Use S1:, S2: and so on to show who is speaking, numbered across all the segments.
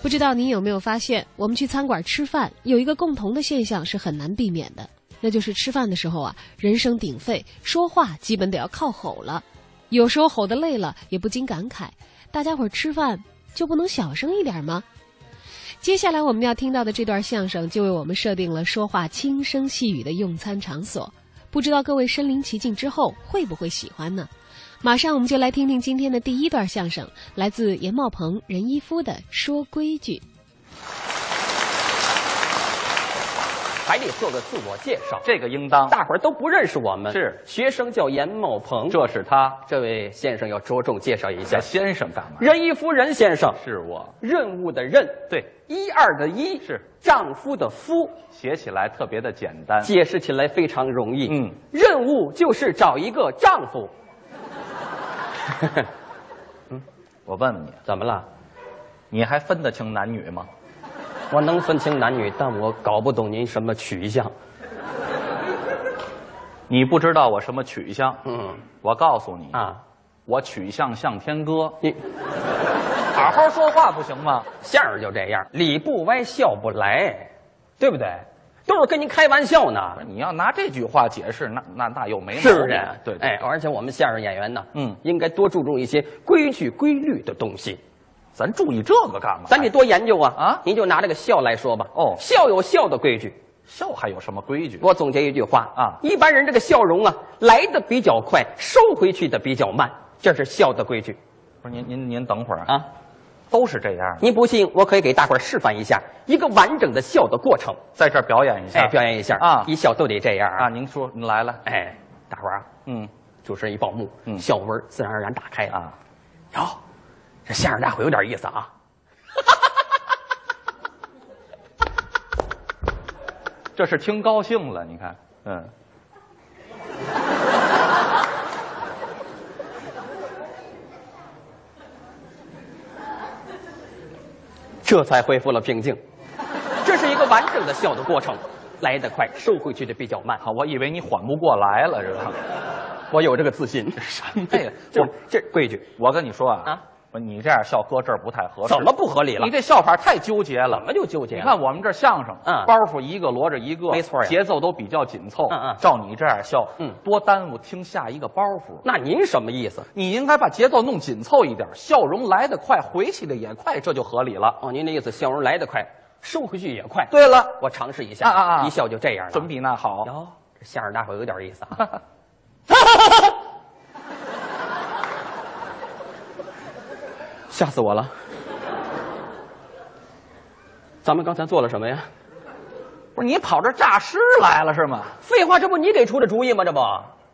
S1: 不知道您有没有发现，我们去餐馆吃饭有一个共同的现象是很难避免的，那就是吃饭的时候啊，人声鼎沸，说话基本得要靠吼了。有时候吼得累了，也不禁感慨：大家伙儿吃饭就不能小声一点吗？接下来我们要听到的这段相声，就为我们设定了说话轻声细语的用餐场所。不知道各位身临其境之后会不会喜欢呢？马上我们就来听听今天的第一段相声，来自严茂鹏、任一夫的《说规矩》。
S2: 还得做个自我介绍，
S3: 这个应当，
S2: 大伙儿都不认识我们。
S3: 是
S2: 学生叫严茂鹏，
S3: 这是他
S2: 这位先生要着重介绍一下
S3: 叫。先生干嘛？
S2: 任一夫人先生，
S3: 是我，
S2: 任务的任，
S3: 对，
S2: 一二的一，
S3: 是
S2: 丈夫的夫，
S3: 写起来特别的简单。
S2: 解释起来非常容易。
S3: 嗯，
S2: 任务就是找一个丈 夫。
S3: 我问问你，
S2: 怎么了？
S3: 你还分得清男女吗？
S2: 我能分清男女，但我搞不懂您什么取向。
S3: 你不知道我什么取向？
S2: 嗯
S3: 我告诉你，
S2: 啊，
S3: 我取向像天歌，
S2: 你啊
S3: 好好说话不行吗？
S2: 相声就这样，理不歪，笑不来，对不对？都是跟您开玩笑呢。
S3: 你要拿这句话解释，那那那又没毛病
S2: 是不是？
S3: 对，对
S2: 哎，，而且我们相声演员呢，
S3: 嗯
S2: 应该多注重一些规矩、规律的东西，
S3: 咱注意这个干嘛？
S2: 咱得多研究啊。
S3: 哎啊
S2: 您就拿这个笑来说吧。
S3: 哦
S2: 笑有笑的规矩。
S3: 哎笑还有什么规矩？
S2: 我总结一句话
S3: 啊
S2: 一般人这个笑容啊，来的比较快，收回去的比较慢，这是笑的规矩
S3: 不是您您您等会儿啊，
S2: 啊。
S3: 都是这样的，
S2: 您不信，我可以给大伙儿示范一下一个完整的笑的过程。
S3: 在这儿表演一下，
S2: 哎，表演一下
S3: 啊
S2: 一笑都得这样
S3: 啊！。您说，您来了，
S2: 哎，大伙儿啊，
S3: 嗯
S2: 主持人一报幕，
S3: 嗯
S2: 笑纹儿自然而然打开了。
S3: 啊，
S2: 哟，这相声大会有点意思啊！
S3: 这是听高兴了，你看，嗯，
S2: 这才恢复了平静。这是一个完整的笑的过程，来得快，收回去的比较慢。
S3: 好，啊我以为你缓不过来了，知道吗？
S2: 我有这个自信。
S3: 什么呀？
S2: 这
S3: 我
S2: 这规矩
S3: 我跟你说啊，
S2: 啊
S3: 不你这样笑搁这儿不太合适。
S2: 怎么不合理了？
S3: 你这嗯笑法太纠结了
S2: 怎。么就纠结
S3: 你
S2: 了？
S3: 看我们这相声，
S2: 嗯
S3: 包袱一个摞着一个，
S2: 没错呀
S3: 节奏都比较紧凑。
S2: 嗯嗯
S3: 照你这样笑，
S2: 嗯
S3: 多耽误听下一个包袱。
S2: 那您什么意思？
S3: 你应该把节奏弄紧凑一点，笑容来得快，回去的也
S2: 哎
S3: 快，这就合理了。
S2: 哦，您的意思，笑容来得快，收回去也快。，
S3: 对了，
S2: 我尝试一下，
S3: 啊啊啊
S2: 一笑就这样了。
S3: 准比那好。
S2: 哟，这相声大会有点意思啊！ 吓死我了！咱们刚才做了什么呀？
S3: 不是你跑这诈尸来了是吗？
S2: 废话，这不你给出的主意吗？这不，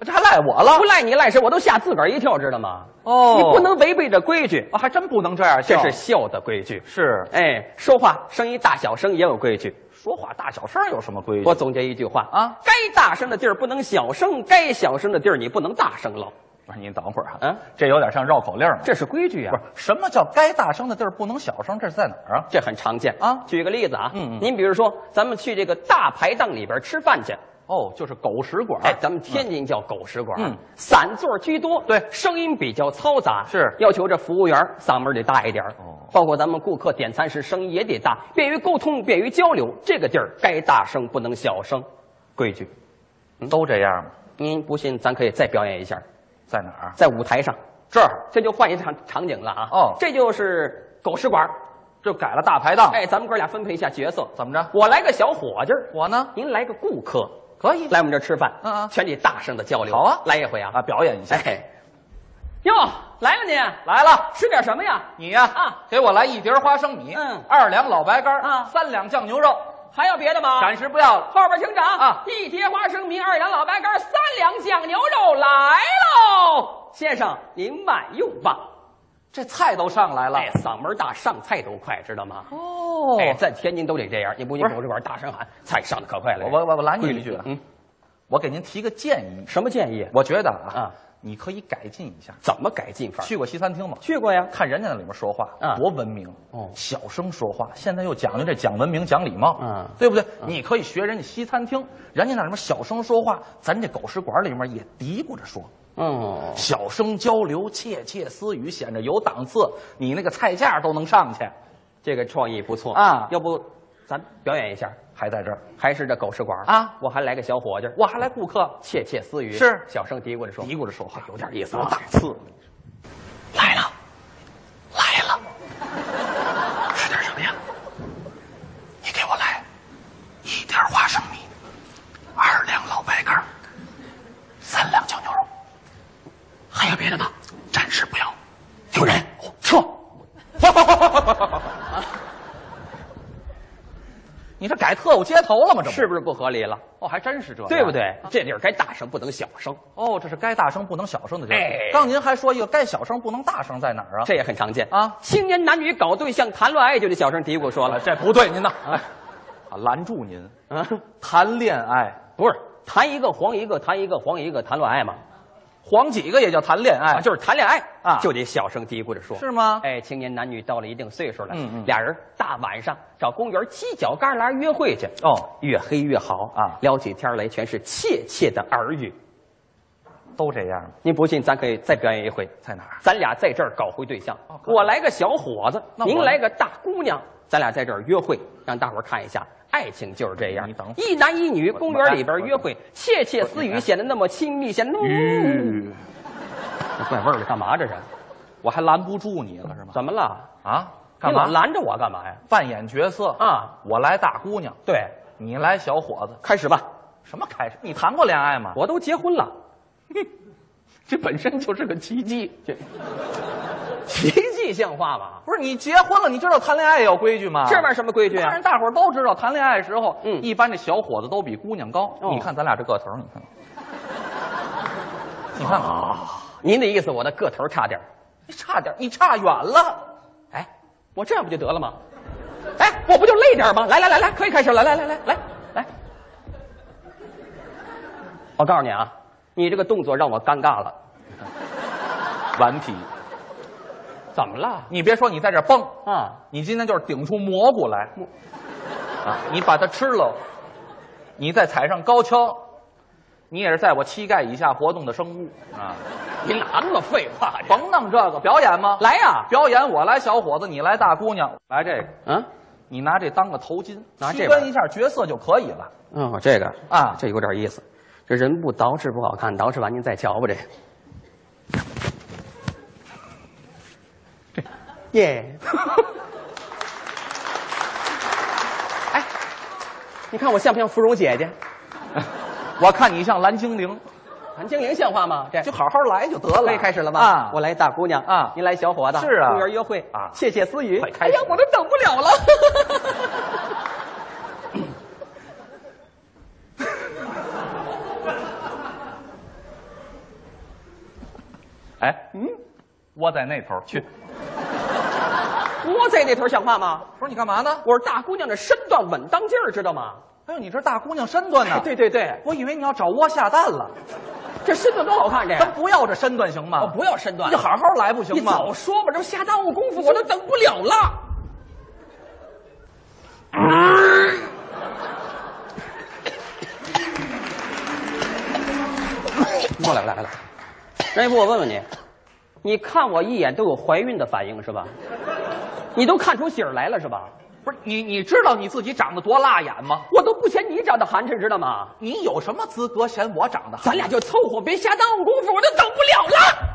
S3: 这还赖我了？
S2: 不赖你赖谁？我都吓自个儿一跳，知道吗？
S3: 哦
S2: 你不能违背这规矩，
S3: 啊，还真不能这样
S2: 这
S3: 笑。
S2: 是笑的规矩。
S3: 是
S2: 哎，说话声音大小声也有规矩。
S3: 说话大小声有什么规矩？
S2: 我总结一句话
S3: 啊
S2: 该大声的地儿不能小声，该小声的地儿你不能大声了，
S3: 不是您等会儿啊，
S2: 嗯
S3: 这有点像绕口令儿。
S2: 这是规矩啊。
S3: 不是什么叫该大声的地儿不能小声，这是在哪儿啊？
S2: 这很常见
S3: 啊
S2: 举个例子啊，
S3: 嗯嗯
S2: 您比如说，咱们去这个大排档里边吃饭去，
S3: 哦，就是狗食馆。
S2: 哎，咱们天津叫狗食馆，
S3: 嗯
S2: 散座居多，
S3: 对
S2: 声音比较嘈杂，
S3: 是
S2: 要求这服务员嗓门得大一点儿
S3: 哦
S2: 包括咱们顾客点餐时声音也得大，便于沟通，便于交流。这个地儿该大声不能小声，规矩。
S3: 嗯都这样吗？
S2: 您不信，咱可以再表演一下，
S3: 在哪儿？啊
S2: 在舞台上。
S3: 这儿
S2: 这就换一场场景了啊！
S3: 哦
S2: 这就是狗食馆。
S3: 就改了大排档。
S2: 哎，咱们哥俩分配一下角色，
S3: 怎么着？
S2: 我来个小伙计儿，
S3: 我呢？
S2: 您来个顾客，
S3: 可以
S2: 来我们这儿吃饭，
S3: 嗯嗯
S2: 全体大声的交流。
S3: 好啊
S2: 来一回啊！
S3: 啊，表演一下。
S2: 哎，哟，来了您，
S3: 来了，
S2: 吃点什么呀？
S3: 你呀
S2: 啊，
S3: 给我来一碟花生米，
S2: 嗯
S3: 二两老白干，
S2: 啊
S3: 三两酱牛肉，
S2: 还有别的吗？
S3: 暂时不要了。
S2: 后边请长
S3: 啊！
S2: 一碟花生米，二两老白干，三两酱牛肉，来喽！先生，您慢用吧。
S3: 这菜都上来了。
S2: 哎，嗓门大，上菜都快，知道吗？
S3: 哦
S2: 哎，在天津都得这样，你不信
S3: 不是
S2: 狗食馆大声喊，菜上的可快了。
S3: 我我我我拦你
S2: 规
S3: 一
S2: 律
S3: 句啊，
S2: 嗯，
S3: 我给您提个建议，
S2: 什么建议？
S3: 我觉得啊
S2: 啊，
S3: 你可以改进一下。
S2: 怎么改进法？
S3: 去过西餐厅吗？
S2: 去过呀，
S3: 看人家那里面说话
S2: 啊
S3: 多文明
S2: 哦
S3: 小声说话。现在又讲究这讲文明、讲礼貌，
S2: 嗯
S3: 对不对？你可以学人家西餐厅，人家那里面小声说话，咱这狗食馆里面也嘀咕着说，
S2: 嗯，
S3: 小声交流，窃窃私语，显着有档次。你那个菜价都能上去，
S2: 这个创意不错
S3: 啊
S2: 要不咱表演一下？
S3: 还在这儿，
S2: 还是这狗食馆
S3: 啊
S2: 我还来个小伙计儿，
S3: 我还来顾客，
S2: 窃窃私语，
S3: 是
S2: 小声嘀咕着说，
S3: 嘀咕着说话，
S2: 有点意思
S3: 有
S2: 啊
S3: 档次。
S2: 来了，来了，吃点什么呀？
S3: 你给我来一点花生米，二两老白干，三两酱牛肉，还有别的吗？暂时不要。有人，撤！你这改特务街头了吗？这
S2: 是不是不合理了？
S3: 哦，还真是这样，
S2: 对不？对？这地儿该大声不能小声，
S3: 哦，这是该大声不能小声的地儿。
S2: 哎
S3: 刚您还说一个该小声不能大声在哪儿啊？
S2: 这也很常见
S3: 啊
S2: 青年男女搞对象、谈恋爱就得小声嘀咕说了，
S3: 这不对，您呐，哎，啊，拦住您，
S2: 啊，
S3: 谈恋爱
S2: 不是谈一个黄一个，谈一个黄一个，谈恋爱嘛，
S3: 黄几个也叫谈恋爱，
S2: 啊，就是谈恋爱
S3: 哎啊
S2: 就得小声嘀咕着说，
S3: 是吗？
S2: 哎，青年男女到了一定岁数了，
S3: 嗯嗯
S2: 俩人大晚上找公园犄角旮旯约会去，
S3: 哦，
S2: 越黑越好
S3: 啊
S2: 聊起天来全是切切的耳语。
S3: 都这样，
S2: 您不信，咱可以再表演一回，
S3: 在哪儿？
S2: 咱俩在这儿搞回对象，
S3: 哦可以
S2: 我来个小伙子，
S3: 那我
S2: 您来个大姑娘，咱俩在这儿约会，让大伙儿看一下。爱情就是这样
S3: 你等会，儿
S2: 一男一女
S3: 我
S2: 公园里边
S3: 我
S2: 约会，窃窃私
S3: 我嗯
S2: 语，
S3: 你
S2: 显得那么亲密，显得那么……嗯
S3: 吁，
S2: 这怪味儿的，干嘛这是？
S3: 我还拦不住你了是吗？
S2: 怎么了？
S3: 啊，
S2: 你
S3: 干
S2: 老
S3: 嘛？
S2: 拦着我干嘛呀？
S3: 扮演角色
S2: 啊，
S3: 我来大姑娘，
S2: 对，
S3: 你来小伙子，
S2: 开始吧。
S3: 什么开始？你谈过恋爱吗？
S2: 我都结婚了，
S3: 这本身就是个奇迹。
S2: 这奇迹像话吗？
S3: 不是你结婚了，你知道谈恋爱也有规矩吗？
S2: 这玩意儿什么规矩
S3: 当然，
S2: 啊？
S3: 大伙儿都知道，谈恋爱的时候，
S2: 嗯
S3: 一般这小伙子都比姑娘高。
S2: 哦
S3: 你看咱俩这个头儿，你看， 你看，
S2: 您的意思，我的个头差点儿
S3: 你差点，你差远了。
S2: 哎，我这样不就得了吗？哎，我不就累点儿吗？来来来来，可以开始了，来来来来来。哎我告诉你啊，你这个动作让我尴尬了。
S3: 顽皮，
S2: 怎么了？
S3: 你别说你在这儿蹦，
S2: 啊，
S3: 你今天就是顶出蘑菇来
S2: 蘑，
S3: 啊，你把它吃了，你再踩上高跷，你也是在我膝盖以下活动的生物啊！
S2: 你哪那么废话呀？
S3: 甭弄这个表演吗？，啊
S2: 来呀、
S3: 表演我来小伙子，你来大姑娘，来这个，
S2: 嗯
S3: 你拿这当个头巾，
S2: 拿这
S3: 区
S2: 玩意儿
S3: 分一下角色就可以了。
S2: 嗯，我这个
S3: 啊
S2: 这有点意思。这人不捯饬不好看，捯饬完您再瞧吧这。这耶！哎，你看我像不像芙蓉姐姐？
S3: 我看你像蓝精灵，
S2: 咱精灵像话吗？这
S3: 就好好来就得了。
S2: 可以开始了吧？
S3: 啊，
S2: 我来大姑娘
S3: 啊
S2: 您来小伙子
S3: 是啊
S2: 公园约会
S3: 啊
S2: 窃窃私语。
S3: 快开
S2: 哎
S3: 始
S2: 呀，我都等不了了。
S3: 哎，嗯，窝在那头儿去。
S2: 我在那头像话吗？
S3: 不是你干嘛呢？
S2: 我是大姑娘的身段稳当劲儿，知道吗？
S3: 哎呦，你这大姑娘身段呢？
S2: 对对对，
S3: 我以为你要找窝下蛋了，
S2: 这身段多好 看这。
S3: 咱不要这身段行吗？
S2: 我不要身段
S3: 你就好好来不行
S2: 你
S3: 吗？
S2: 早说嘛，这不瞎耽误功夫，我都等不了了。过来，过来，过来。张一夫，我问问你，你看我一眼都有怀孕的反应是吧？你都看出喜儿来了是吧？
S3: 不是你，你知道你自己长得多辣眼吗？
S2: 我都不嫌你长得寒碜，知道吗？
S3: 你有什么资格嫌我长得好？
S2: 咱俩就凑合，别瞎耽误功夫，我都等不了了。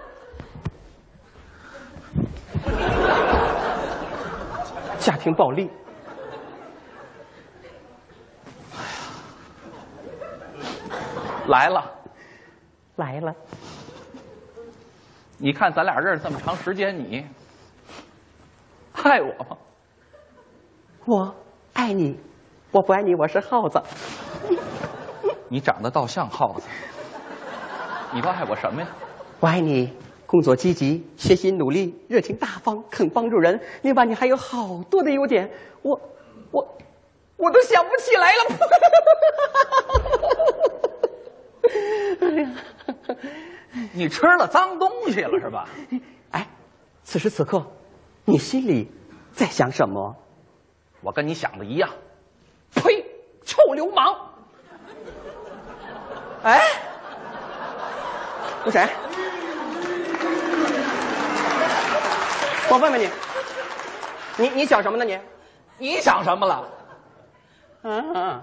S2: 家庭暴力，
S3: 来了，
S2: 来了，
S3: 你看咱俩认识这么长时间，你爱我吗？
S2: 我爱你，我不爱你，我是耗子。
S3: 你长得倒像耗子，你都爱我什么呀？
S2: 我爱你，工作积极，学习努力，热情大方，肯帮助人。另外，你还有好多的优点，我，我，我都想不起来了。
S3: 你吃了脏东西了是吧？
S2: 哎，此时此刻，你心里在想什么？
S3: 我跟你想的一样。
S2: 呸！臭流氓！
S3: 哎，
S2: 那谁？我问问你，你你想什么呢你？
S3: 你想什么了？
S2: 嗯嗯，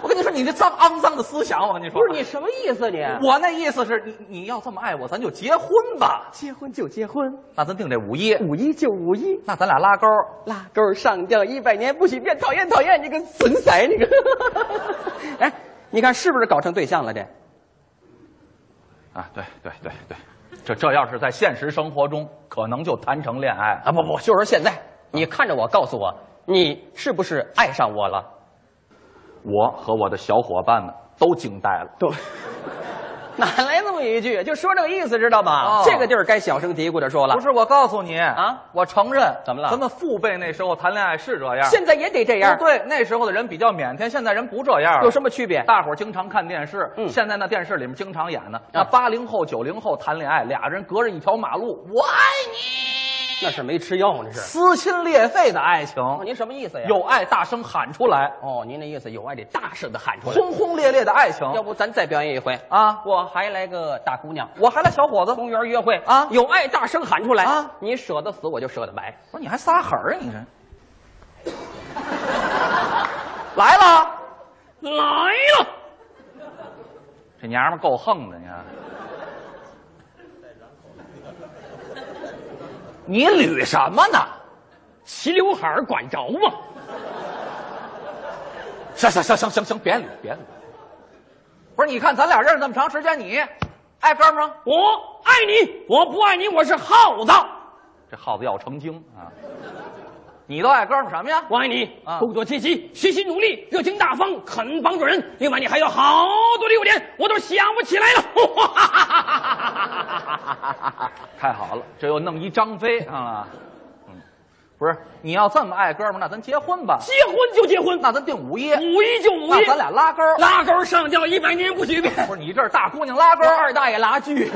S3: 我跟你说，你这脏肮脏的思想，我跟你说，
S2: 不是你什么意思你？
S3: 我那意思是你你要这么爱我，咱就结婚吧。
S2: 结婚就结婚，
S3: 那咱定这五一，
S2: 五一就五一，
S3: 那咱俩拉钩。
S2: 拉钩上吊一百年，不许变讨厌讨厌，你个损色，你个。哎，你看是不是搞成对象了这？
S3: 啊，对对对对，这这要是在现实生活中，可能就谈成恋爱啊！不不，
S2: 就是现在，你看着我，告诉我，你是不是爱上我了？
S3: 我和我的小伙伴们都惊呆了。
S2: 对，哪来那么一句？就说这个意思，知道吗？
S3: 哦
S2: 这个地儿该小声嘀咕着说了。
S3: 不是我告诉你
S2: 啊，
S3: 我承认，
S2: 怎么了
S3: 咱们父辈那时候谈恋爱是这样，
S2: 现在也得这样
S3: 不，对，那时候的人比较腼腆，现在人不这样了。
S2: 有什么区别？
S3: 大伙儿经常看电视，
S2: 嗯
S3: 现在那电视里面经常演的，那八零后、九零后谈恋爱，俩人隔着一条马路，我爱你，
S2: 那是没吃药，那是。
S3: 撕心裂肺的爱情，
S2: 哦，您什么意思呀？
S3: 有爱大声喊出来，
S2: 哦，您那意思有爱得大声的喊出来。
S3: 轰轰烈烈的爱情
S2: 要不咱再表演一回？
S3: 啊！
S2: 我还来个大姑娘，
S3: 我还来小伙子，
S2: 公园约会
S3: 啊
S2: 有爱大声喊出来
S3: 啊！
S2: 你舍得死我就舍得埋。
S3: 不是你还撒狠儿啊你这？来了，来
S2: 哎
S3: 了，这娘们儿够横的，你看。你捋什么呢？
S2: 齐刘海管着吗？
S3: 行行行行行行，别捋别捋。不是，你看咱俩认识这么长时间，你爱哥们儿吗？
S2: 我爱你，我不爱你，我是耗子。
S3: 这耗子要成精啊！你都爱哥们儿什么呀？
S2: 我爱你
S3: 啊
S2: 作积极，学习努力，热情大方，肯帮助人。另外，你还有好多的优点，我都想不起来了。
S3: 太好了，这又弄一张飞啊！嗯，不是，你要这么爱哥们儿，那咱结婚吧？
S2: 结婚就结婚，
S3: 那咱定五一，
S2: 五一就五
S3: 那咱俩拉钩儿。
S2: 拉钩上吊一百年不许变
S3: 不是你这是大姑娘拉钩儿，
S2: 二大爷拉锯，